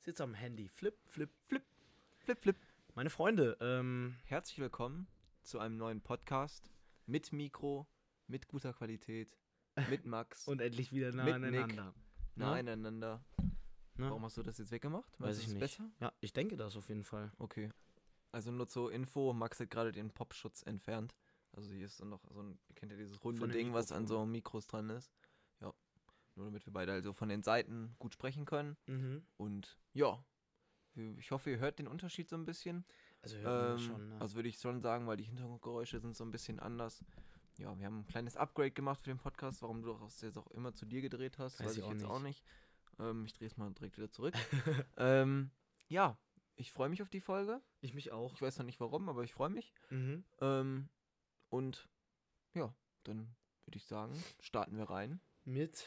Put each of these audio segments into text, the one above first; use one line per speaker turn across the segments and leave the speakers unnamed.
Sitz am Handy. Flip, flip, flip.
Flip, flip.
Meine Freunde, ähm,
Herzlich willkommen zu einem neuen Podcast mit Mikro, mit guter Qualität, mit Max,
und endlich wieder nah
Mit
aneinander.
nah einander.
Ne?
Warum hast du das jetzt weggemacht?
Weiß
Meinst du,
ich
es ist
nicht.
besser?
Ja, ich denke das auf jeden Fall.
Okay. Also nur zur Info, Max hat gerade den Popschutz entfernt. Also hier ist dann noch so ein, ihr kennt ja dieses runde
Von den
Ding, was an so Mikros dran ist. Ja. Nur damit wir beide also von den Seiten gut sprechen können.
Mhm.
Und ja, ich hoffe, ihr hört den Unterschied so ein bisschen.
Also hört man
Ähm,
schon. Ne?
Also würde ich schon sagen, weil die Hintergrundgeräusche sind so ein bisschen anders. Ja, wir haben ein kleines Upgrade gemacht für den Podcast, warum du das jetzt auch immer zu dir gedreht hast,
Weiß
weiß,
ich
ich
auch
jetzt
nicht.
auch nicht. Ähm, ich drehe es mal direkt wieder zurück.
also
ähm, ja, ich freue mich auf die Folge.
ich mich auch.
Ich weiß noch nicht warum, aber ich freue mich.
Mhm.
Ähm, und ja, dann würde ich sagen, starten wir rein.
Mit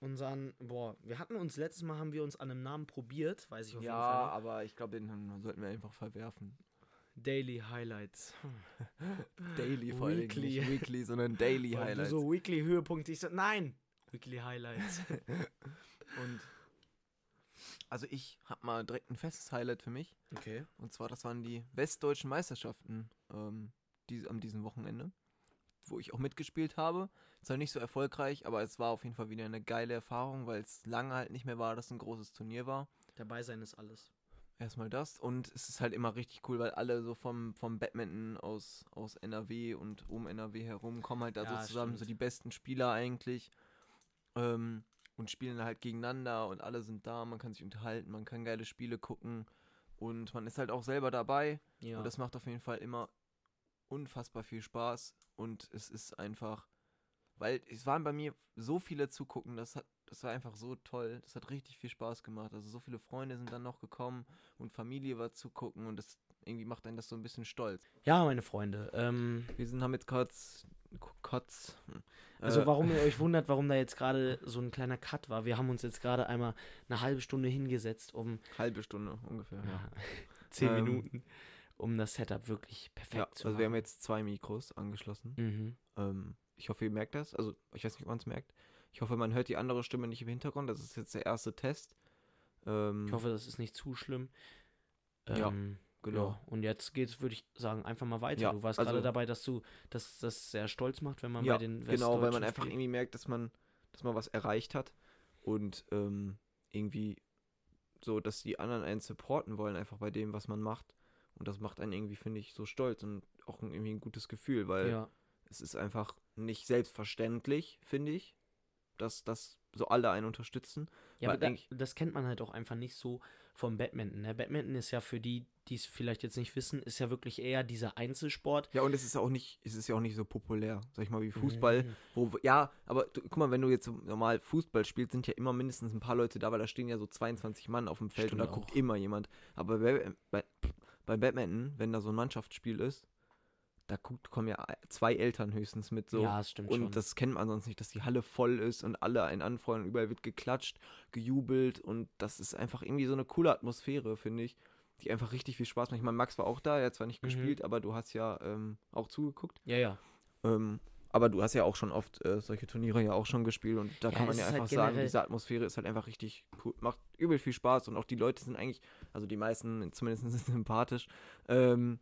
unseren, boah, wir hatten uns, letztes Mal haben wir uns an einem Namen probiert, weiß ich auf jeden Fall.
Ja, aber ich glaube, den sollten wir einfach verwerfen.
noch. Daily Highlights.
Daily vor allem.
Weekly.
Nicht weekly, sondern Daily
Weil du
Highlights.
So Weekly Höhepunkte. Ich so, nein! Weekly Highlights.
Und also ich habe mal direkt ein festes Highlight für mich.
okay.
Und zwar, das waren die westdeutschen Meisterschaften ähm, die, am diesem Wochenende, wo ich auch mitgespielt habe. Zwar nicht so erfolgreich, aber es war auf jeden Fall wieder eine geile Erfahrung, weil es lange halt nicht mehr war, dass ein großes Turnier war.
Dabei sein ist alles.
Erstmal das. Und es ist halt immer richtig cool, weil alle so vom, vom Badminton aus, aus NRW und um NRW herum kommen halt da
Ja,
so zusammen, so
stimmt.
die besten Spieler eigentlich. Ähm, und spielen halt gegeneinander und alle sind da, man kann sich unterhalten, man kann geile Spiele gucken und man ist halt auch selber dabei.
Ja.
Und das macht auf jeden Fall immer unfassbar viel Spaß. Und es ist einfach, weil es waren bei mir so viele zugucken, das hat, das war einfach so toll. Das hat richtig viel Spaß gemacht. Also so viele Freunde sind dann noch gekommen und Familie war zugucken und das irgendwie macht einen das so ein bisschen stolz.
ja, meine Freunde. Ähm,
Wir sind haben jetzt kurz K- Kotz. hm,
Also
äh,
warum ihr euch wundert, warum da jetzt gerade so ein kleiner Cut war. Wir haben uns jetzt gerade einmal eine halbe Stunde hingesetzt, um
halbe Stunde ungefähr. Ja.
zehn
Genau. Ähm.
Minuten, um das Setup wirklich perfekt
Ja,
zu
also wir haben
machen.
jetzt zwei Mikros angeschlossen.
Mhm.
Ähm, ich hoffe, ihr merkt das. Also, ich weiß nicht, ob man es merkt. Ich hoffe, man hört die andere Stimme nicht im Hintergrund. Das ist jetzt der erste Test. Ähm,
Ich hoffe, das ist nicht zu schlimm.
Ja,
Ähm,
genau.
Ja. Und jetzt geht's, würde ich sagen, einfach mal weiter.
Ja,
du warst
also-
gerade dabei, dass du, dass das sehr stolz macht, wenn man
Ja,
bei den
genau, weil man
Westdeutschen
einfach
spielt.
irgendwie merkt, dass man, dass man was erreicht hat. Und ähm, irgendwie so, dass die anderen einen supporten wollen, einfach bei dem, was man macht. Und das macht einen irgendwie, finde ich, so stolz und auch irgendwie ein gutes Gefühl, weil
ja.
es ist einfach nicht selbstverständlich, finde ich, dass, dass so alle einen unterstützen.
Ja,
Weil
aber da,
eigentlich-
das kennt man halt auch einfach nicht so vom Badminton. Ne? Badminton ist ja für die, die es vielleicht jetzt nicht wissen, ist ja wirklich eher dieser Einzelsport.
Ja, und es ist auch nicht, es ist ja auch nicht so populär, sag ich mal, wie Fußball,
Mhm.
wo, ja, aber du, guck mal, wenn du jetzt so normal Fußball spielst, sind ja immer mindestens ein paar Leute da, weil da stehen ja so 22 Mann auf dem Feld
Stimmt
und da guckt
auch.
immer jemand. Aber bei, bei, bei Badminton, wenn da so ein Mannschaftsspiel ist, da guckt, kommen ja äh, zwei Eltern höchstens mit so.
Ja, das stimmt
und
schon.
das kennt man sonst nicht, dass die Halle voll ist und alle einen anfreuen, überall wird geklatscht, gejubelt und das ist einfach irgendwie so eine coole Atmosphäre, finde ich, die einfach richtig viel Spaß macht. Ich meine, Max war auch da, er hat zwar nicht
Mhm.
gespielt, aber du hast ja ähm, auch zugeguckt.
ja, ja.
Ähm, aber du hast ja auch schon oft äh, solche Turniere ja auch schon gespielt und da
Ja,
kann
es
man ja
ist halt
einfach sagen,
generell-
diese Atmosphäre ist halt einfach richtig cool, macht übel viel Spaß und auch die Leute sind eigentlich, also die meisten zumindest sind sympathisch. Ähm,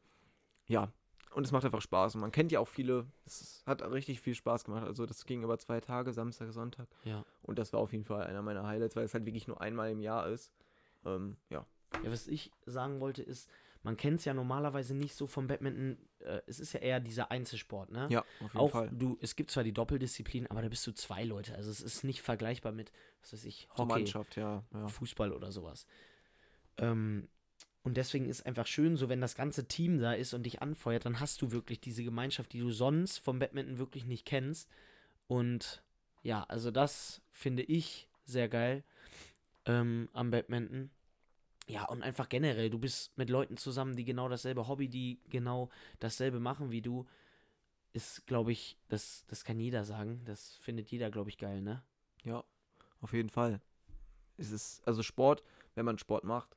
ja, und es macht einfach Spaß und man kennt ja auch viele, es hat richtig viel Spaß gemacht. Also das ging über zwei Tage, Samstag, Sonntag
Ja.
und das war auf jeden Fall einer meiner Highlights, weil es halt wirklich nur einmal im Jahr ist. Ähm, ja,
Ja, was ich sagen wollte ist, man kennt es ja normalerweise nicht so vom Badminton. Äh, es ist ja eher dieser Einzelsport, ne?
ja, auf jeden
Auch
Fall.
du, es gibt zwar die Doppeldisziplin, aber da bist du zwei Leute. Also es ist nicht vergleichbar mit, was weiß ich,
Die
Hockey,
Mannschaft, ja, ja.
Fußball oder sowas. Ähm, und deswegen ist einfach schön, so wenn das ganze Team da ist und dich anfeuert, dann hast du wirklich diese Gemeinschaft, die du sonst vom Badminton wirklich nicht kennst. Und ja, also das finde ich sehr geil ähm, am Badminton. Ja, und einfach generell, du bist mit Leuten zusammen, die genau dasselbe Hobby, die genau dasselbe machen wie du, ist, glaube ich, das, das kann jeder sagen. Das findet jeder, glaube ich, geil, ne?
Ja, auf jeden Fall. Es ist, also Sport, wenn man Sport macht,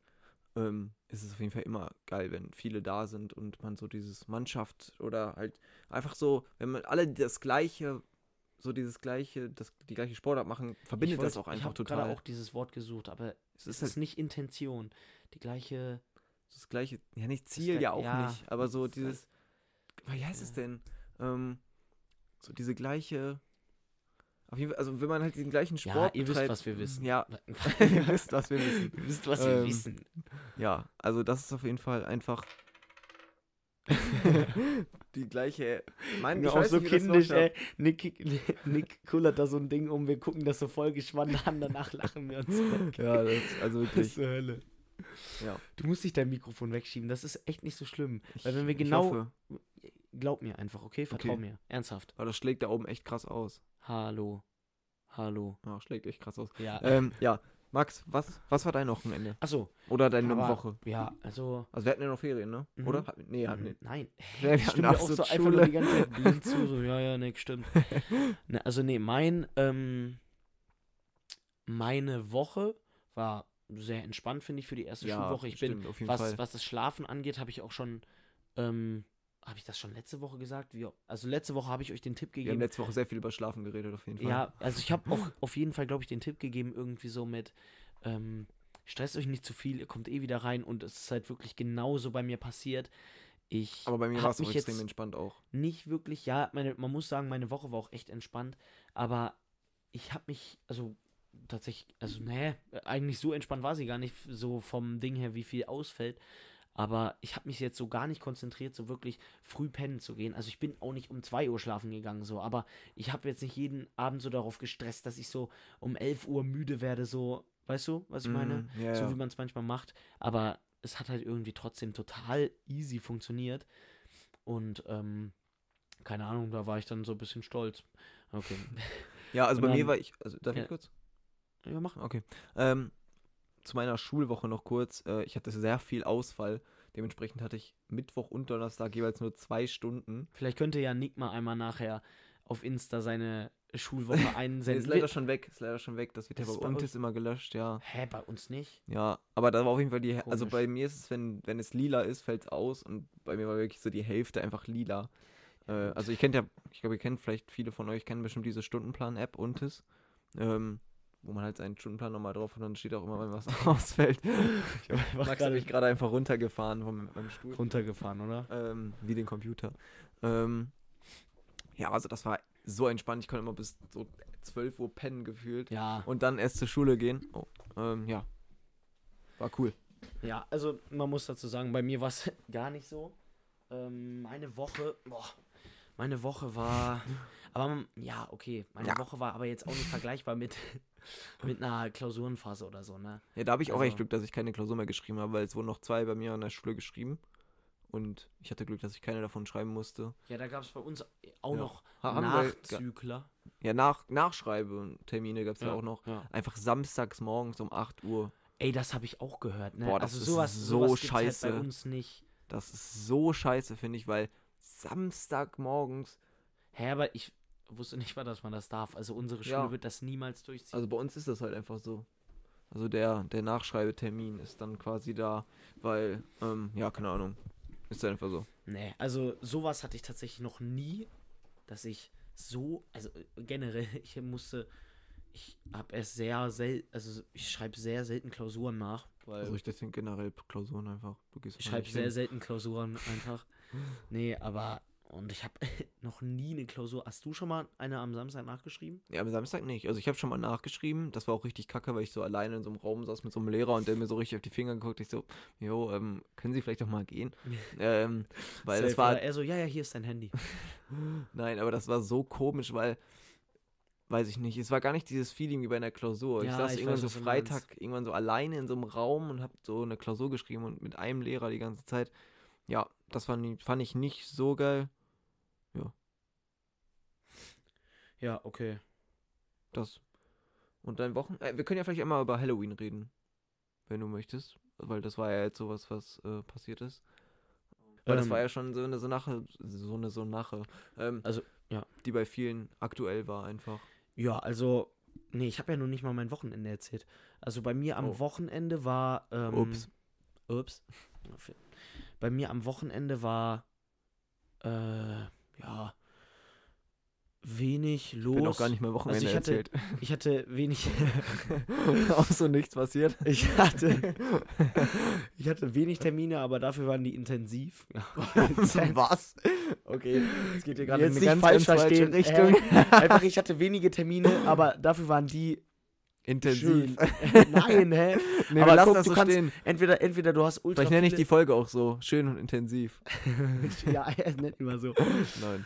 ähm, ist es auf jeden Fall immer geil, wenn viele da sind und man so dieses Mannschaft oder halt einfach so, wenn man alle das gleiche, so dieses gleiche, das, die gleiche Sportart machen, verbindet
Ich wollt-
das auch
ich
einfach
hab gerade
total. halt
auch dieses Wort gesucht, aber Es ist, ist nicht Intention. Die gleiche.
das gleiche, ja nicht Ziel,
gleich-
ja halt auch
ja,
nicht, aber so
das ist
dieses, wie heißt es
ja.
denn? Ähm, so diese gleiche, auf jeden Fall, also wenn man halt den gleichen
Ja,
Sport
ihr wisst,
betreibt,
was wir wissen.
Ja, ihr
ihr
wisst, was wir wissen.
wisst, was wir
Ähm,
wissen.
Ja, also das ist auf jeden Fall einfach die gleiche, mein,
Junge,
ich
auch
weiß
so
nicht, wie das
kindisch,
Wort-
ey. Nick, Nick kullert da so ein Ding um, wir gucken das so voll gespannt an, danach lachen wir uns weg.
Ja, das ist also
Das ist
wirklich,
zur Hölle.
Ja.
Du musst nicht dein Mikrofon wegschieben, das ist echt nicht so schlimm. Weil wenn wir
ich
genau-
hoffe,
Glaub mir einfach, okay? Vertrau
Okay.
mir. Ernsthaft.
weil das schlägt da oben echt krass aus.
Hallo. Hallo.
Ja, schlägt echt krass aus.
Ja.
Ähm, ja, Max, was, was war dein Wochenende?
Achso.
Oder deine
aber-
Woche?
Ja, also.
Also wir hatten ja noch Ferien, ne?
Mhm.
Oder? Hat- Nee, hatten
Mhm.
nicht.
Nein.
Ja, wir
Ich
hatten
stimme dir auch so
Abschlussschule.
einfach nur die ganze Zeit blind zu, so, ja, ja, nee, stimmt. ne, also, nee, mein, ähm, meine Woche war sehr entspannt, finde ich, für die erste Schulwoche. Ich bin,
stimmt, auf jeden
was,
Fall.
was das Schlafen angeht, habe ich auch schon, ähm, habe ich das schon letzte Woche gesagt? Wie, also, letzte Woche habe ich euch den Tipp
Wir haben
gegeben.
letzte Woche sehr viel über Schlafen geredet, auf jeden Fall.
Ja, also, ich habe auch auf jeden Fall, glaube ich, den Tipp gegeben, irgendwie so mit, ähm, stresst euch nicht zu viel, ihr kommt eh wieder rein und es ist halt wirklich genauso bei mir passiert. Ich
Aber bei mir
hab
war es auch
mich
extrem
jetzt-
entspannt auch.
nicht wirklich, ja, meine, man muss sagen, meine Woche war auch echt entspannt, aber ich habe mich, also tatsächlich, also nee, eigentlich so entspannt war sie gar nicht, so vom Ding her, wie viel ausfällt. Aber ich habe mich jetzt so gar nicht konzentriert, so wirklich früh pennen zu gehen. Also ich bin auch nicht um 2 Uhr schlafen gegangen, so, aber ich habe jetzt nicht jeden Abend so darauf gestresst, dass ich so um 11 Uhr müde werde, so, weißt du, was ich meine?
Mhm, ja,
so
ja.
wie man es manchmal macht. Aber es hat halt irgendwie trotzdem total easy funktioniert. Und ähm, keine Ahnung, da war ich dann so ein bisschen stolz. Okay.
ja, also
und
bei mir
dann-
war ich, also darf
Ja.
ich kurz?
ja, machen.
Okay. Ähm, zu meiner Schulwoche noch kurz. Äh, ich hatte sehr viel Ausfall. Dementsprechend hatte ich Mittwoch und Donnerstag jeweils nur zwei Stunden.
Vielleicht könnte ja Nick mal einmal nachher auf Insta seine Schulwoche
Nee,
einsenden.
ist leider schon weg, ist leider schon weg. Das wird ja
Ist
bei
bei
uns
euch-
ist immer gelöscht, ja.
Hä, bei uns nicht?
Ja, aber da war auf jeden Fall die. Also
Komisch.
bei mir ist es, wenn, wenn es lila ist, fällt es aus und bei mir war wirklich so die Hälfte einfach lila. Äh,
Ja, gut.
also ich kennt ja, ich glaube, ihr kennt vielleicht viele von euch, kennen bestimmt diese Stundenplan-App Untis, ähm, wo man halt seinen Stundenplan nochmal drauf und dann steht auch immer, wenn was ausfällt.
Ich habe einfach
Max hat
gerade
mich gerade einfach runtergefahren von meinem Stuhl.
runtergefahren, oder?
Ähm, wie den Computer. Ähm, ja, also das war so entspannt. Ich konnte immer bis so 12 Uhr pennen gefühlt
Ja.
und dann erst zur Schule gehen. Oh, ähm, ja. War cool.
Ja, also man muss dazu sagen, bei mir war es gar nicht so. Ähm, meine Woche, boah, meine Woche war, aber man- ja, okay, meine
Ja.
Woche war aber jetzt auch nicht vergleichbar mit, mit einer Klausurenphase oder so, ne?
Ja, da habe ich auch echt
Also-
Glück, dass ich keine Klausur mehr geschrieben habe, weil es wurden noch zwei bei mir an der Schule geschrieben. Und ich hatte Glück, dass ich keine davon schreiben musste.
Ja, da gab es bei uns auch
Ja.
noch
Ha- haben wir-
Nachzügler.
Ja, nach, Nachschreibetermine gab es ja.
Ja.
auch noch.
Ja.
Einfach samstags morgens um 8 Uhr.
Ey, das habe ich auch gehört, ne?
Boah, das ist so
gibt's halt bei
scheiße.
uns nicht.
Das ist so scheiße, finde ich, weil Samstagmorgens
Hä, aber ich wusste nicht mal, dass man das darf. Also unsere Schule
Ja.
wird das niemals durchziehen.
Also bei uns ist das halt einfach so. Also der, der Nachschreibetermin ist dann quasi da, weil, ähm, ja, keine Ahnung. Ist halt einfach so.
Nee, also sowas hatte ich tatsächlich noch nie, dass ich so, also äh, generell, ich musste, ich habe erst sehr selten, also ich schreibe sehr selten Klausuren nach, weil
Also ich denke generell Klausuren einfach. Du gehst
ich
mal
schreibe
nicht
sehr
hin.
selten Klausuren einfach. Nee, aber, und ich habe noch nie eine Klausur, hast du schon mal eine am Samstag nachgeschrieben?
Ja, am Samstag nicht. Also ich habe schon mal nachgeschrieben. Das war auch richtig kacke, weil ich so alleine in so einem Raum saß mit so einem Lehrer und der mir so richtig auf die Finger geguckt. Ich so, jo, ähm, können Sie vielleicht doch mal gehen? ähm, weil das
Safe,
war
oder? Er so, ja, ja, hier ist dein Handy.
Nein, aber das war so komisch, weil, weiß ich nicht, es war gar nicht dieses Feeling wie bei einer Klausur. ich
Ja,
saß
ich
irgendwann
weiß,
so
was du meinst.
Freitag irgendwann so alleine in so einem Raum und habe so eine Klausur geschrieben und mit einem Lehrer die ganze Zeit. Ja, das fand, ich- fand ich nicht so geil.
Ja, okay.
Das. Und dein Wochen. Äh, wir können ja vielleicht einmal über Halloween reden, wenn du möchtest, weil das war ja jetzt sowas, was äh, passiert ist. Weil das
Ähm,
war ja schon so eine so Nache, so eine so Nache, ähm,
Also, ja.
die bei vielen aktuell war einfach.
Ja, also, nee, ich habe ja noch nicht mal mein Wochenende erzählt. Also bei mir am
Oh.
Wochenende war. Ähm,
Ups.
Ups. Bei mir am Wochenende war, äh, ja, wenig los.
Bin auch gar nicht mehr Wochenende
also ich hatte,
erzählt.
ich hatte wenig,
auch so nichts passiert.
ich hatte, ich hatte wenig Termine, aber dafür waren die intensiv.
Was?
Okay, es geht hier gerade in
Jetzt
eine ganz,
nicht falsch
ganz falsche
verstehen. Äh.
Richtung. Einfach, ich hatte wenige Termine, aber dafür waren die
Intensiv.
schön. Nein, hä?
Nee,
Aber
wir lassen
guck,
das
du
so
kannst
stehen.
Entweder, entweder du hast ultra
Vielleicht nenne ich die
viele-
Folge auch so. Schön und intensiv.
ja, er nennt immer so.
Nein.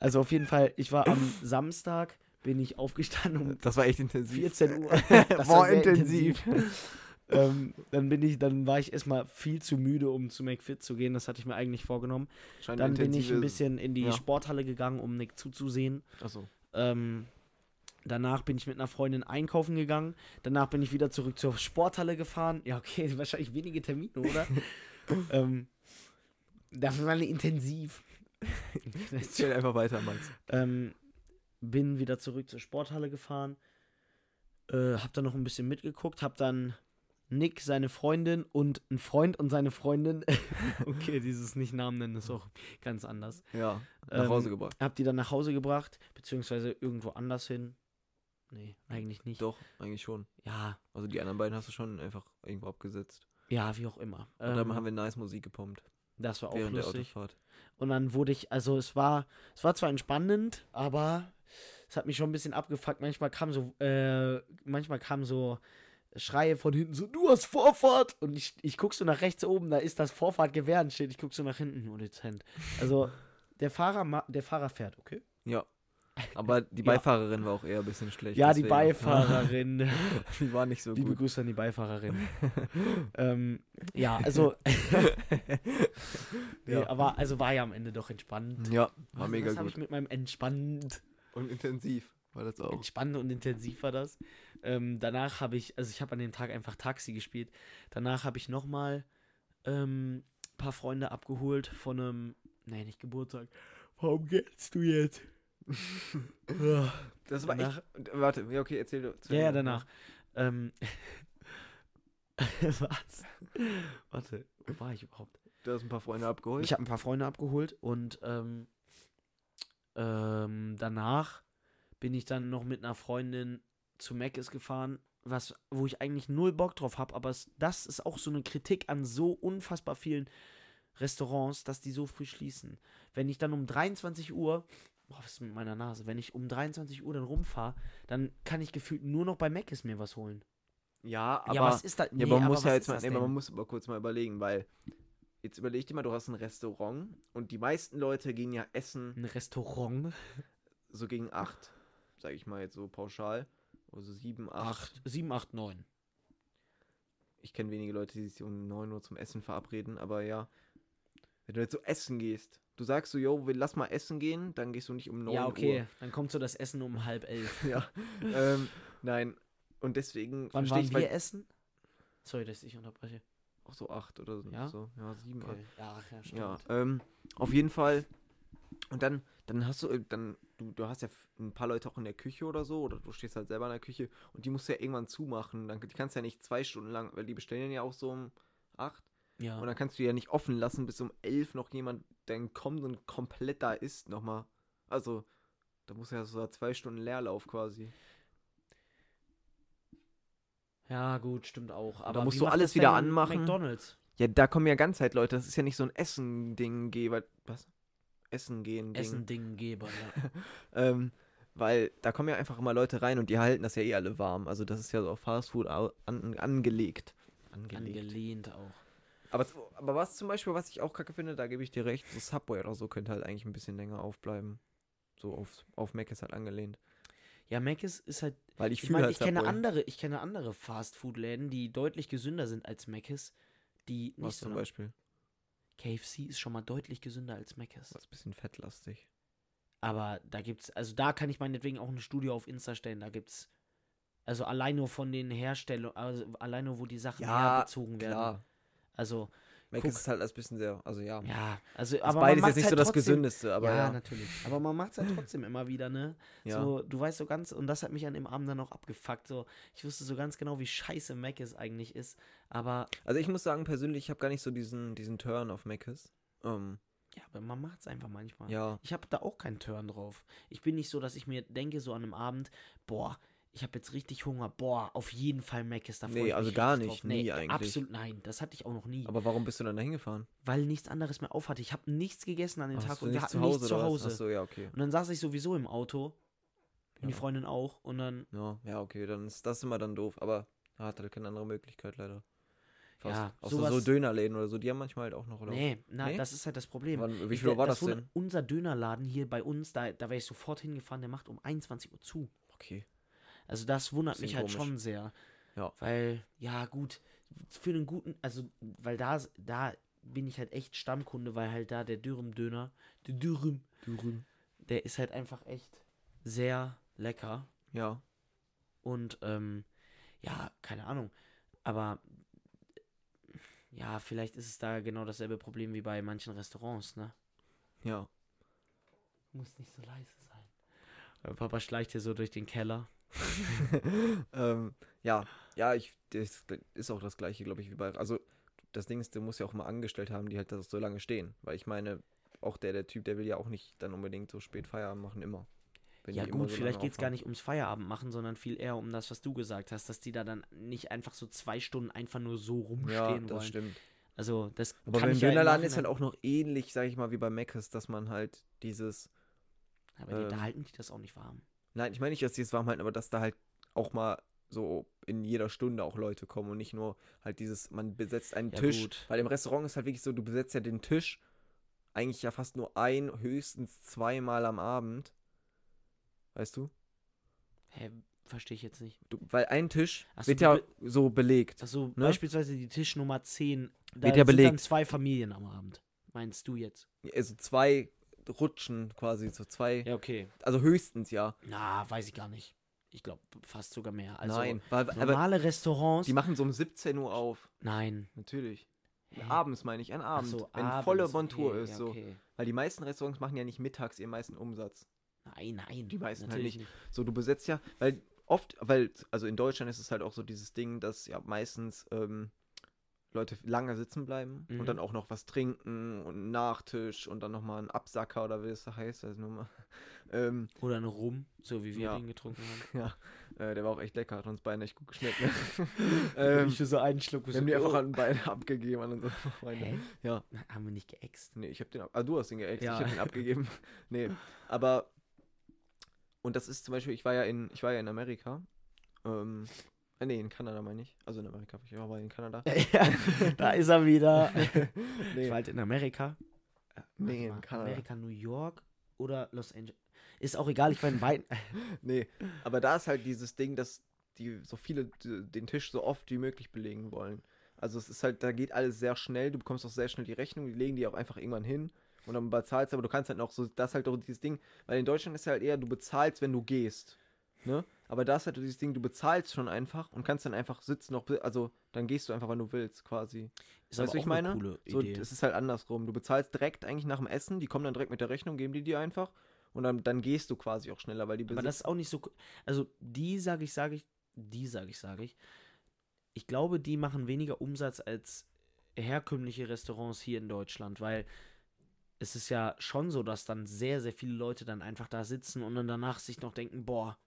Also auf jeden Fall, ich war am Samstag, bin ich aufgestanden um
Das war echt intensiv.
14 Uhr.
War
Das sehr
intensiv.
ähm, dann bin ich, dann war ich erstmal viel zu müde, um zu McFit zu gehen. Das hatte ich mir eigentlich vorgenommen.
Scheint
Dann bin ich
intensive-
ein bisschen in die
ja.
Sporthalle gegangen, um Nick zuzusehen.
Achso.
Ähm, danach bin ich mit einer Freundin einkaufen gegangen. Danach bin ich wieder zurück zur Sporthalle gefahren. Ja, okay, wahrscheinlich wenige Termine, oder? ähm, das war eine intensiv.
Erzähl einfach weiter, Max.
ähm, bin wieder zurück zur Sporthalle gefahren. Äh, hab dann noch ein bisschen mitgeguckt. Hab dann Nick, seine Freundin und ein Freund und seine Freundin. okay, dieses Nicht-Namen nennen ist auch ganz anders
Ja. Nach
Ähm,
Hause gebracht.
hab die dann nach Hause gebracht, beziehungsweise irgendwo anders hin. Nee, eigentlich nicht.
Doch, eigentlich schon.
Ja,
Also die anderen beiden hast du schon einfach irgendwo abgesetzt.
ja, wie auch immer.
Und
Ähm,
dann haben wir nice Musik gepumpt.
das war auch
Während der
lustig.
Autofahrt.
Und dann wurde ich, also es war, es war zwar entspannend, aber es hat mich schon ein bisschen abgefuckt. Manchmal kam so, äh, manchmal kam so Schreie von hinten, so, du hast Vorfahrt! Und ich, ich guck so nach rechts oben, da ist das Vorfahrtgewehren steht. Ich guck so nach hinten, nur dezent. Also, der Fahrer, ma- der Fahrer fährt, okay?
Ja. Aber die Beifahrerin war auch eher ein bisschen schlecht.
ja, die
deswegen-
Beifahrerin.
die war nicht so
Liebe
gut.
Grüße an die Beifahrerin. ähm, ja, also, nee,
Ja.
aber also war ja am Ende doch entspannend.
Ja, war
Also
mega
das habe ich
gut.
mit meinem entspannend,
Und intensiv war das auch.
entspannend und intensiv war das. Ähm, danach habe ich, also ich habe an dem Tag einfach Taxi gespielt. Danach habe ich nochmal ähm, ein paar Freunde abgeholt von einem, nee, nicht Geburtstag. Warum gehst du jetzt? Ah.
Das
war echt-
echt. Warte, ja, okay, erzähl du.
Ja, ja, danach. Ähm, was? Warte, wo war ich überhaupt?
Du hast ein paar Freunde abgeholt.
Ich habe ein paar Freunde abgeholt und ähm, ähm, danach bin ich dann noch mit einer Freundin zu Mc's gefahren, was, wo ich eigentlich null Bock drauf habe, aber es, das ist auch so eine Kritik an so unfassbar vielen Restaurants, dass die so früh schließen. Wenn ich dann um 23 Uhr, boah, was ist mit meiner Nase, wenn ich um 23 Uhr dann rumfahre, dann kann ich gefühlt nur noch bei Mc's mir was holen.
ja, aber.
ja, was ist da?
Ja, aber man muss
was
ja
ist
jetzt mal,
das
nee, aber
denn?
man muss aber kurz mal überlegen, weil jetzt überleg dir mal, du hast ein Restaurant und die meisten Leute gehen ja essen
ein Restaurant,
so gegen 8, sag ich mal jetzt so pauschal, also 7, 8.
8, 7, 8, 9.
Ich kenne wenige Leute, die sich um 9 Uhr zum Essen verabreden, aber ja, wenn du jetzt so essen gehst, du sagst so, yo, wir lass mal essen gehen, dann gehst du nicht um 9
Ja, okay, dann kommt so das Essen um halb elf.
Uhr. Ja, ähm, nein, und deswegen
Wann
versteh
waren
ich,
wir
weil-
essen? Sorry, dass ich unterbreche.
auch so 8 oder so,
Ja?
so ja, 7,
Okay. Ja, ja, stimmt.
Ja, ähm, auf jeden Fall. Und dann, dann hast du, äh, dann, du, du hast ja f- ein paar Leute auch in der Küche oder so, oder du stehst halt selber in der Küche und die musst du ja irgendwann zumachen. Dann, die kannst du ja nicht zwei Stunden lang, weil die bestellen ja auch so um acht.
Ja.
Und dann kannst du die ja nicht offen lassen, bis um elf noch jemand dann kommt und komplett da ist nochmal. Also, da muss ja so zwei Stunden Leerlauf quasi.
ja, gut, stimmt auch. Aber
musst
wie
du
macht
alles
das denn
wieder anmachen.
McDonalds.
Ja, da kommen ja ganze Zeit Leute. Das ist ja nicht so ein Essen-Ding, geh, weil, was? Essen gehen, Ding.
Essen-Ding-Geber. Ja.
Ähm, weil da kommen ja einfach immer Leute rein und die halten das ja eh alle warm. Also das ist ja so auf Fast Food au- an, angelegt. Angelegt.
Angelehnt auch.
aber, z- aber was zum Beispiel, was ich auch kacke finde, da gebe ich dir recht, so Subway oder so könnte halt eigentlich ein bisschen länger aufbleiben. So auf, auf Mac ist halt angelehnt.
Ja, Mac ist, ist halt.
Weil ich
Ich
fühle
meine,
halt
ich kenne
Subway.
andere, ich kenne andere Fast-Food-Läden, die deutlich gesünder sind als Mc's. Die nicht
Was
so ne?
zum
eine-
Beispiel?
KFC ist schon mal deutlich gesünder als Mc's.
Was ein bisschen fettlastig.
Aber da gibt's, also da kann ich meinetwegen auch ein Studio auf Insta stellen. Da gibt's, also allein nur von den Herstellern, also allein nur, wo die Sachen
Ja,
herbezogen werden.
Klar.
Also,
Mac
Guck.
ist halt als bisschen sehr, also ja. Ist
ja, also, aber man
beides
macht's
jetzt nicht
halt
so das
trotzdem,
Gesündeste, aber
ja,
ja.
natürlich. Aber man macht es halt trotzdem immer wieder, ne?
ja.
So, du weißt so ganz, und das hat mich an dem Abend dann auch abgefuckt. So, ich wusste so ganz genau, wie scheiße Mac es eigentlich ist. Aber
Also ich muss sagen, persönlich, ich habe gar nicht so diesen, diesen Turn auf Mac ist. Ähm,
Ja, aber man macht es einfach manchmal.
Ja.
Ich habe da auch keinen Turn drauf. Ich bin nicht so, dass ich mir denke, so an einem Abend, boah, ich habe jetzt richtig Hunger, boah, auf jeden Fall Mc's, da freu
Nee,
ich
also
mich
gar
richtig
nicht, nie eigentlich.
Absolut nein, das hatte ich auch noch nie,
Aber warum bist du dann da hingefahren?
weil nichts anderes mehr auf hatte. Ich habe nichts gegessen an den
Ach,
Tag
hast du
und wir
nicht
hatten
zu Hause
nichts zu
oder was?
Hause.
Ach so, ja, okay.
Und dann saß ich sowieso im Auto und die
Ja.
Freundin auch und dann,
Ja, ja, okay, dann ist das immer dann doof. Aber er hat halt keine andere Möglichkeit leider. Fast.
Ja,
Außer so
sowas-
Dönerläden oder so, die haben manchmal halt auch noch. Oder
nee, na,
Nee?
das ist halt das Problem.
Wann, wie
Ich-
viel Uhr war das
das wurde-
denn?
Unser Dönerladen hier bei uns, da, da wäre ich sofort hingefahren, der macht um 21 Uhr zu.
Okay.
Also das wundert
Bisschen
mich halt
komisch.
schon sehr.
Ja.
Weil, ja, gut, für einen guten, also, weil da, da bin ich halt echt Stammkunde, weil halt da der Dürüm-Döner, der Dürüm, der ist halt einfach echt sehr lecker.
Ja.
Und, ähm, ja, keine Ahnung. Aber, ja, vielleicht ist es da genau dasselbe Problem wie bei manchen Restaurants, ne?
Ja.
Muss nicht so leise sein. Mein Papa schleicht hier so durch den Keller.
ähm, ja, ja, ich, das ist auch das gleiche, glaube ich, wie bei. Also, das Ding ist, du musst ja auch mal angestellt haben, die halt das so lange stehen. Weil ich meine, auch der, der Typ, der will ja auch nicht dann unbedingt so spät Feierabend machen, immer. Wenn
ja
die immer
gut,
so
vielleicht
lange
geht es gar
aufhaben.
nicht ums Feierabend machen, sondern viel eher um das, was du gesagt hast, dass die da dann nicht einfach so zwei Stunden einfach nur so
Ja,
rumstehen um
das
wollen.
stimmt.
Also das
Aber
kann
beim
ich ja im
Dönerladen ist halt
Nachhinein-
auch noch ähnlich, sage ich mal, wie bei Meckes, dass man halt dieses.
Aber die, da
ähm,
halten die das auch nicht warm.
Nein, ich meine nicht, dass die es warm halten, aber dass da halt auch mal so in jeder Stunde auch Leute kommen und nicht nur halt dieses, man besetzt einen
Ja,
Tisch.
gut.
Weil im Restaurant ist halt wirklich so, du besetzt ja den Tisch eigentlich ja fast nur ein, höchstens zweimal am Abend. Weißt du?
Hä, verstehe ich jetzt nicht.
du weil ein Tisch
Ach so,
wird
du
ja
be-
so belegt.
Also
Ne?
beispielsweise die Tischnummer 10, da
Wird ja
sind dann
belegt.
zwei Familien am Abend. Meinst du jetzt?
Also zwei Rutschen quasi, so zwei,
Ja, okay.
also höchstens ja.
Na, weiß ich gar nicht. Ich glaube fast sogar mehr. Also
Nein, weil, aber
normale Restaurants.
die machen so um 17 Uhr auf.
nein.
Natürlich.
Hä?
Abends meine ich, an
Mhm. Ach
Abend,
so,
wenn
abends,
volle Montur
okay,
ist.
ja,
so.
okay.
Weil die meisten Restaurants machen ja nicht mittags ihren meisten Umsatz.
Nein, nein.
Die meisten halt
natürlich
nicht. So, du besetzt ja, weil oft, weil, also in Deutschland ist es halt auch so dieses Ding, dass ja meistens ähm, Leute lange sitzen bleiben
Mhm.
und dann auch noch was trinken und einen Nachtisch und dann nochmal einen Absacker oder wie es da heißt, also nur mal. Ähm,
Oder einen Rum, so wie wir
Ja.
den getrunken haben.
ja, äh, der war auch echt lecker, hat uns beide echt gut geschmeckt. Ne? ähm,
so einen Schluck.
wir haben die einfach an beide abgegeben an unsere Freunde.
Hä?
Ja.
Na, haben wir nicht geäxt?
Nee, ich hab den ab Ah, du hast den geäxt,
Ja.
ich hab den abgegeben. nee, aber. Und das ist zum Beispiel, ich war ja in, ich war ja in Amerika. Ähm, äh, nee, in Kanada meine ich. Also in Amerika, ich war aber in Kanada.
da ist er wieder. Ich
nee,
war halt in Amerika. Warte
nee,
mal,
in Kanada.
Amerika, New York oder Los Angeles. Ist auch egal, ich war in beiden.
Nee, aber da ist halt dieses Ding, dass die so viele d- den Tisch so oft wie möglich belegen wollen. Also es ist halt, da geht alles sehr schnell, du bekommst auch sehr schnell die Rechnung, die legen die auch einfach irgendwann hin und dann bezahlst du, aber du kannst halt noch so, das ist halt doch dieses Ding, weil in Deutschland ist ja halt eher, du bezahlst, wenn du gehst. Ne? Aber da ist halt dieses Ding, du bezahlst schon einfach und kannst dann einfach sitzen, noch, also dann gehst du einfach, wann du willst, quasi.
Ist
Weißt du, ich meine?
eine coole
So,
Idee.
es ist halt andersrum. Du bezahlst direkt eigentlich nach dem Essen, die kommen dann direkt mit der Rechnung, geben die dir einfach und dann, dann gehst du quasi auch schneller, weil die
Aber das ist auch nicht so. co- Also, die sage ich, sage ich, die sage ich, sage ich. Ich glaube, die machen weniger Umsatz als herkömmliche Restaurants hier in Deutschland, weil es ist ja schon so, dass dann sehr, sehr viele Leute dann einfach da sitzen und dann danach sich noch denken, boah,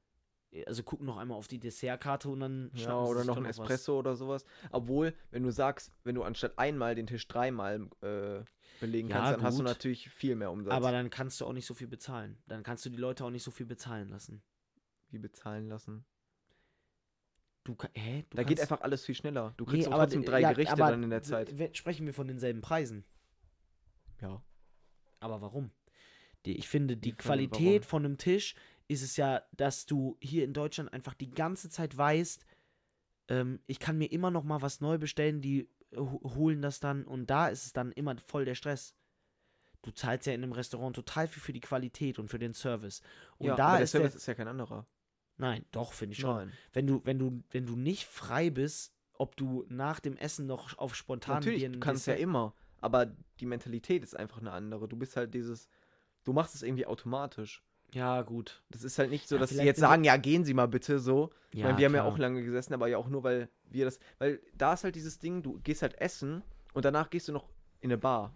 also gucken noch einmal auf die Dessertkarte und dann
Ja,
schnappen sie
oder
sich
noch
doch
ein
was.
Espresso oder sowas. Obwohl, wenn du sagst, wenn du anstatt einmal den Tisch dreimal äh, belegen
Ja,
kannst, dann hast du
gut.
natürlich viel mehr Umsatz.
Aber dann kannst du auch nicht so viel bezahlen. Dann kannst du die Leute auch nicht so viel bezahlen lassen.
wie bezahlen lassen.
Du, ka- hä? Du
da geht
kannst-
einfach alles viel schneller. Du
Nee,
kriegst auch
aber-
trotzdem drei
ja,
Gerichte
aber
dann in der
d-
Zeit.
we- Sprechen wir von denselben Preisen.
Ja.
Aber warum? Die, ich finde, die
Wie von- warum?
Qualität von einem Tisch ist es ja, dass du hier in Deutschland einfach die ganze Zeit weißt, ähm, ich kann mir immer noch mal was neu bestellen, die äh, ho- holen das dann und da ist es dann immer voll der Stress. Du zahlst ja in einem Restaurant total viel für die Qualität und für den Service. Und
ja,
da
aber
ist
der
der,
Service ist ja kein anderer.
Nein, doch, finde ich schon.
Nein.
Wenn du, wenn du, wenn du nicht frei bist, ob du nach dem Essen noch auf spontan
Natürlich,
dir ein
du kannst ja
Dessert-
immer. Aber die Mentalität ist einfach eine andere. Du bist halt dieses, du machst es irgendwie automatisch.
Ja, gut.
Das ist halt nicht so,
Ja,
dass sie
vielleicht
jetzt
sind wir-
sagen, ja, gehen Sie mal bitte so. Ich
Ja,
meine, wir haben ja
klar.
auch lange gesessen, aber ja auch nur, weil wir das. Weil da ist halt dieses Ding, du gehst halt essen und danach gehst du noch in eine Bar.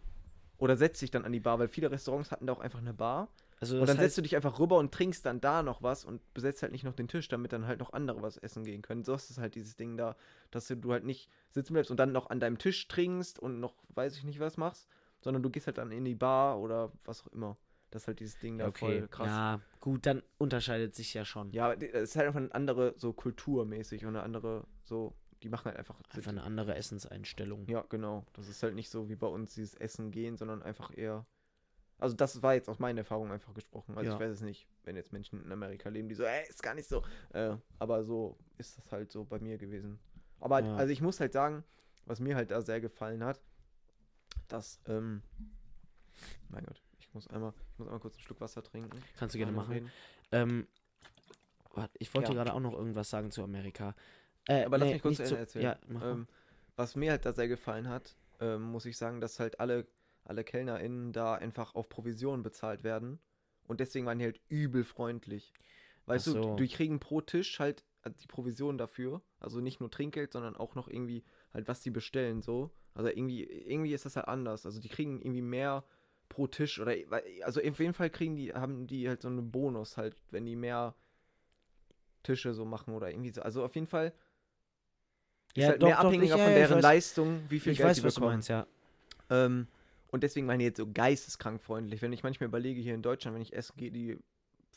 Oder setzt dich dann an die Bar, weil viele Restaurants hatten da auch einfach eine Bar.
Also
Und
das
dann
heißt,
setzt du dich einfach rüber und trinkst dann da noch was und besetzt halt nicht noch den Tisch, damit dann halt noch andere was essen gehen können. So ist es halt dieses Ding da, dass du- du halt nicht sitzen bleibst und dann noch an deinem Tisch trinkst und noch weiß ich nicht was machst, sondern du gehst halt dann in die Bar oder was auch immer. Das ist halt dieses Ding da
okay,
voll krass. Ja.
ja, gut, dann unterscheidet sich ja schon.
aber die- es ist halt einfach eine andere so kulturmäßig und eine andere so, die machen halt einfach.
Einfach eine andere Essenseinstellung.
Ja, genau. Das ist halt nicht so wie bei uns dieses Essen gehen, sondern einfach eher. Also das war jetzt aus meiner Erfahrung einfach gesprochen. Also
Ja.
ich weiß es nicht, wenn jetzt Menschen in Amerika leben, die so, ey, ist gar nicht so. Äh, aber so ist das halt so bei mir gewesen. Aber
Ja.
also ich muss halt sagen, was mir halt da sehr gefallen hat, dass, ähm, mein Gott, ich muss einmal, ich muss einmal kurz einen Schluck Wasser trinken.
Kannst du gerne
Einmal
machen.
reden.
Ähm, warte, ich wollte
Ja.
gerade auch noch irgendwas sagen zu Amerika. Äh,
Aber lass
nee,
mich kurz
nicht
zu Ende erzählen.
Ja, mach mal.
Ähm, was mir halt da sehr gefallen hat, ähm, muss ich sagen, dass halt alle, alle KellnerInnen da einfach auf Provision bezahlt werden. Und deswegen waren die halt übel freundlich. Weißt
Ach so.
du, die kriegen pro Tisch halt die Provision dafür. Also nicht nur Trinkgeld, sondern auch noch irgendwie halt, was die bestellen, so. Also irgendwie, irgendwie ist das halt anders. Also die kriegen irgendwie mehr pro Tisch oder also auf jeden Fall kriegen die, haben die halt so einen Bonus halt, wenn die mehr Tische so machen oder irgendwie so. Also auf jeden Fall ist halt mehr abhängiger
ich-
von
ja, ja, ich
deren
weiß-
Leistung, wie viel
Ich
Geld
weiß,
die
was du
bekommen.
meinst, ja.
Ähm, und deswegen waren die jetzt so geisteskrank freundlich. Wenn ich manchmal überlege, hier in Deutschland, wenn ich essen gehe, die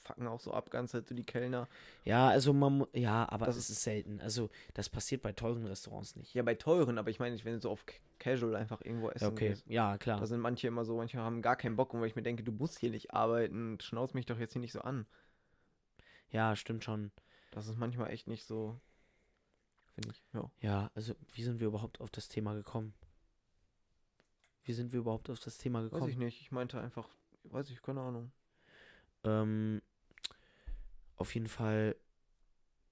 fucken auch so ab, ganz halt so die Kellner.
Ja, also man, mu- ja, aber
Das
es ist selten. Also das passiert bei teuren Restaurants nicht.
Ja, bei teuren, aber ich meine, wenn du so auf Ca- Casual einfach irgendwo essen
Ja, okay, Ah.
gehst.
ja, klar.
Da sind manche immer so, manche haben gar keinen Bock, und weil ich mir denke, du musst hier nicht arbeiten, schnauz mich doch jetzt hier nicht so an.
ja, stimmt schon.
Das ist manchmal echt nicht so, finde ich. Ja.
Ja, also wie sind wir überhaupt auf das Thema gekommen? Wie sind wir überhaupt auf das Thema
Weiß ich
gekommen?
nicht. Ich meinte einfach, weiß ich, keine Ahnung.
Ähm, auf jeden Fall,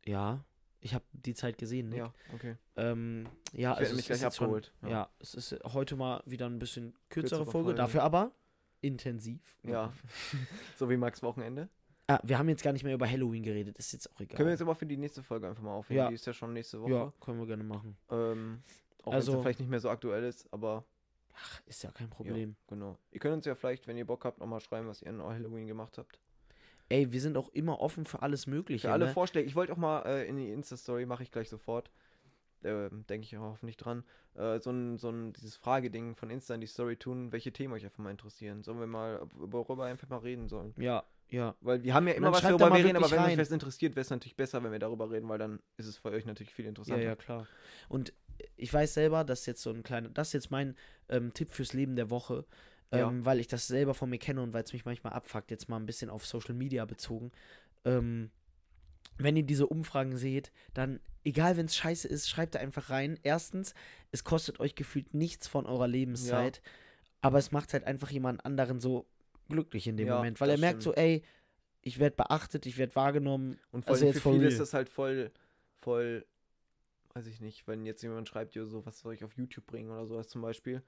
ja, ich habe die Zeit gesehen. Nick.
Ja, okay.
Ähm, ja,
ich
also
werde mich
es ist
gleich
jetzt schon-
abgeholt.
Ja. es ist heute mal wieder ein bisschen kürzere,
Kürzere
Folge,
Folge.
dafür aber intensiv.
ja. so wie Max Wochenende.
Ah, wir haben jetzt gar nicht mehr über Halloween geredet, ist jetzt auch egal.
Können wir jetzt aber für die nächste Folge einfach mal aufnehmen.
Ja.
Die ist ja schon nächste Woche.
ja, können wir gerne machen.
Ähm, auch wenn
Also-
es vielleicht nicht mehr so aktuell ist, aber
Ach, ist ja kein Problem.
genau. Ihr könnt uns ja vielleicht, wenn ihr Bock habt, nochmal schreiben, was ihr an Halloween gemacht habt.
Ey, wir sind auch immer offen für alles Mögliche.
Für alle
ne?
Vorschläge. Ich wollte auch mal äh, in die Insta-Story, mache ich gleich sofort. Ähm, Denke ich auch hoffentlich dran. Äh, so ein, so ein, dieses Frageding von Insta in die Story tun, welche Themen euch einfach mal interessieren. Sollen wir mal, worüber einfach mal reden sollen.
Ja, ja.
Weil wir haben ja immer
dann
was,
schreibt da
worüber
mal
wir reden, aber
wirklich
wenn euch
rein.
was interessiert, wäre es natürlich besser, wenn wir darüber reden, weil dann ist es für euch natürlich viel
Ja,
interessanter.
ja, klar. Und ich weiß selber, dass jetzt so ein kleiner, das ist jetzt mein ähm, Tipp fürs Leben der Woche, ähm,
Ja.
weil ich das selber von mir kenne und weil es mich manchmal abfuckt, jetzt mal ein bisschen auf Social Media bezogen. Ähm, wenn ihr diese Umfragen seht, dann, egal wenn es scheiße ist, schreibt da einfach rein. Erstens, es kostet euch gefühlt nichts von eurer Lebenszeit, aber es macht halt einfach jemand anderen so glücklich in dem
Ja,
Moment, weil er
das
merkt so, ey, ich werde beachtet, ich werde wahrgenommen.
Und vor
Also
allem
jetzt
für
for
viele
real.
ist das halt voll, voll, weiß ich nicht, wenn jetzt jemand schreibt, ja, so, was soll ich auf YouTube bringen oder sowas zum Beispiel.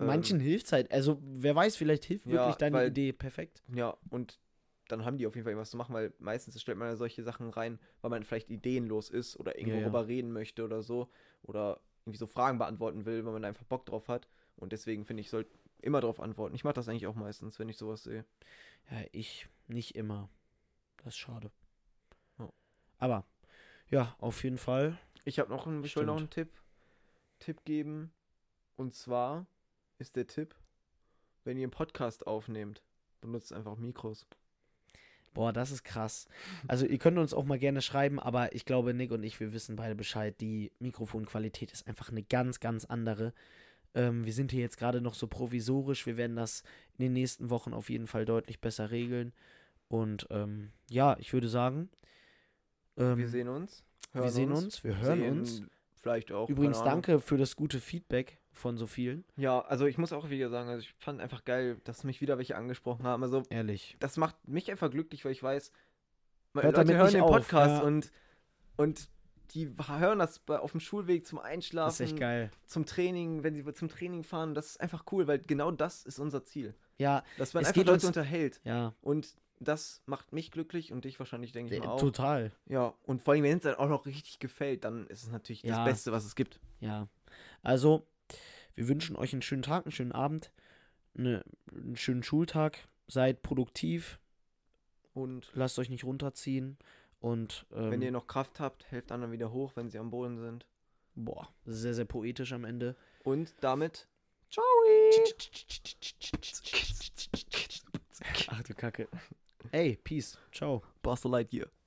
Ähm,
Manchen hilft's halt. Also, wer weiß, vielleicht hilft
Ja,
wirklich deine
weil-
Idee perfekt.
Ja, und dann haben die auf jeden Fall irgendwas zu machen, weil meistens stellt man ja solche Sachen rein, weil man vielleicht ideenlos ist oder irgendwo
Ja, ja.
rüber reden möchte oder so. Oder irgendwie so Fragen beantworten will, weil man da einfach Bock drauf hat. Und deswegen finde ich, sollte immer drauf antworten. Ich mache das eigentlich auch meistens, wenn ich sowas sehe.
Ja, ich nicht immer. Das ist schade.
Ja.
Aber, ja, auf jeden Fall.
Ich habe noch einen, ich will noch einen Tipp, Tipp geben. Und zwar ist der Tipp, wenn ihr einen Podcast aufnehmt, benutzt einfach Mikros.
Boah, das ist krass. Also, ihr könnt uns auch mal gerne schreiben, aber ich glaube, Nick und ich, wir wissen beide Bescheid. Die Mikrofonqualität ist einfach eine ganz, ganz andere. Ähm, wir sind hier jetzt gerade noch so provisorisch. Wir werden das in den nächsten Wochen auf jeden Fall deutlich besser regeln. Und ähm, ja, ich würde sagen, ähm,
Wir sehen uns.
wir sehen uns, wir hören
sehen
uns.
Vielleicht auch.
Übrigens,
keine Ahnung.
danke für das gute Feedback von so vielen.
Ja, also ich muss auch wieder sagen, also ich fand einfach geil, dass mich wieder welche angesprochen haben. Also
Ehrlich.
das macht mich einfach glücklich, weil ich weiß, me-
Hört
Leute
damit
hören
nicht
den
auf, ja.
Podcast und, und die hören das bei, auf dem Schulweg zum Einschlafen.
Das ist echt geil.
zum Training, wenn sie zum Training fahren, das ist einfach cool, weil genau das ist unser Ziel.
Ja,
Dass man
Es
einfach
geht uns-
Leute unterhält.
ja.
Und das macht mich glücklich und dich wahrscheinlich, denke ich mal, auch.
Total.
Ja, und vor allem, wenn es dann auch noch richtig gefällt, dann ist es natürlich
Ja.
das Beste, was es gibt.
Ja. Also, wir wünschen euch einen schönen Tag, einen schönen Abend. ne, einen schönen Schultag, seid produktiv,
Und
lasst euch nicht runterziehen und ähm,
wenn ihr noch Kraft habt, helft anderen wieder hoch, wenn sie am Boden sind.
boah, sehr, sehr poetisch am Ende.
Und damit. Ciao!
Ach du Kacke. Ey, peace. Ciao.
Basteleid hier.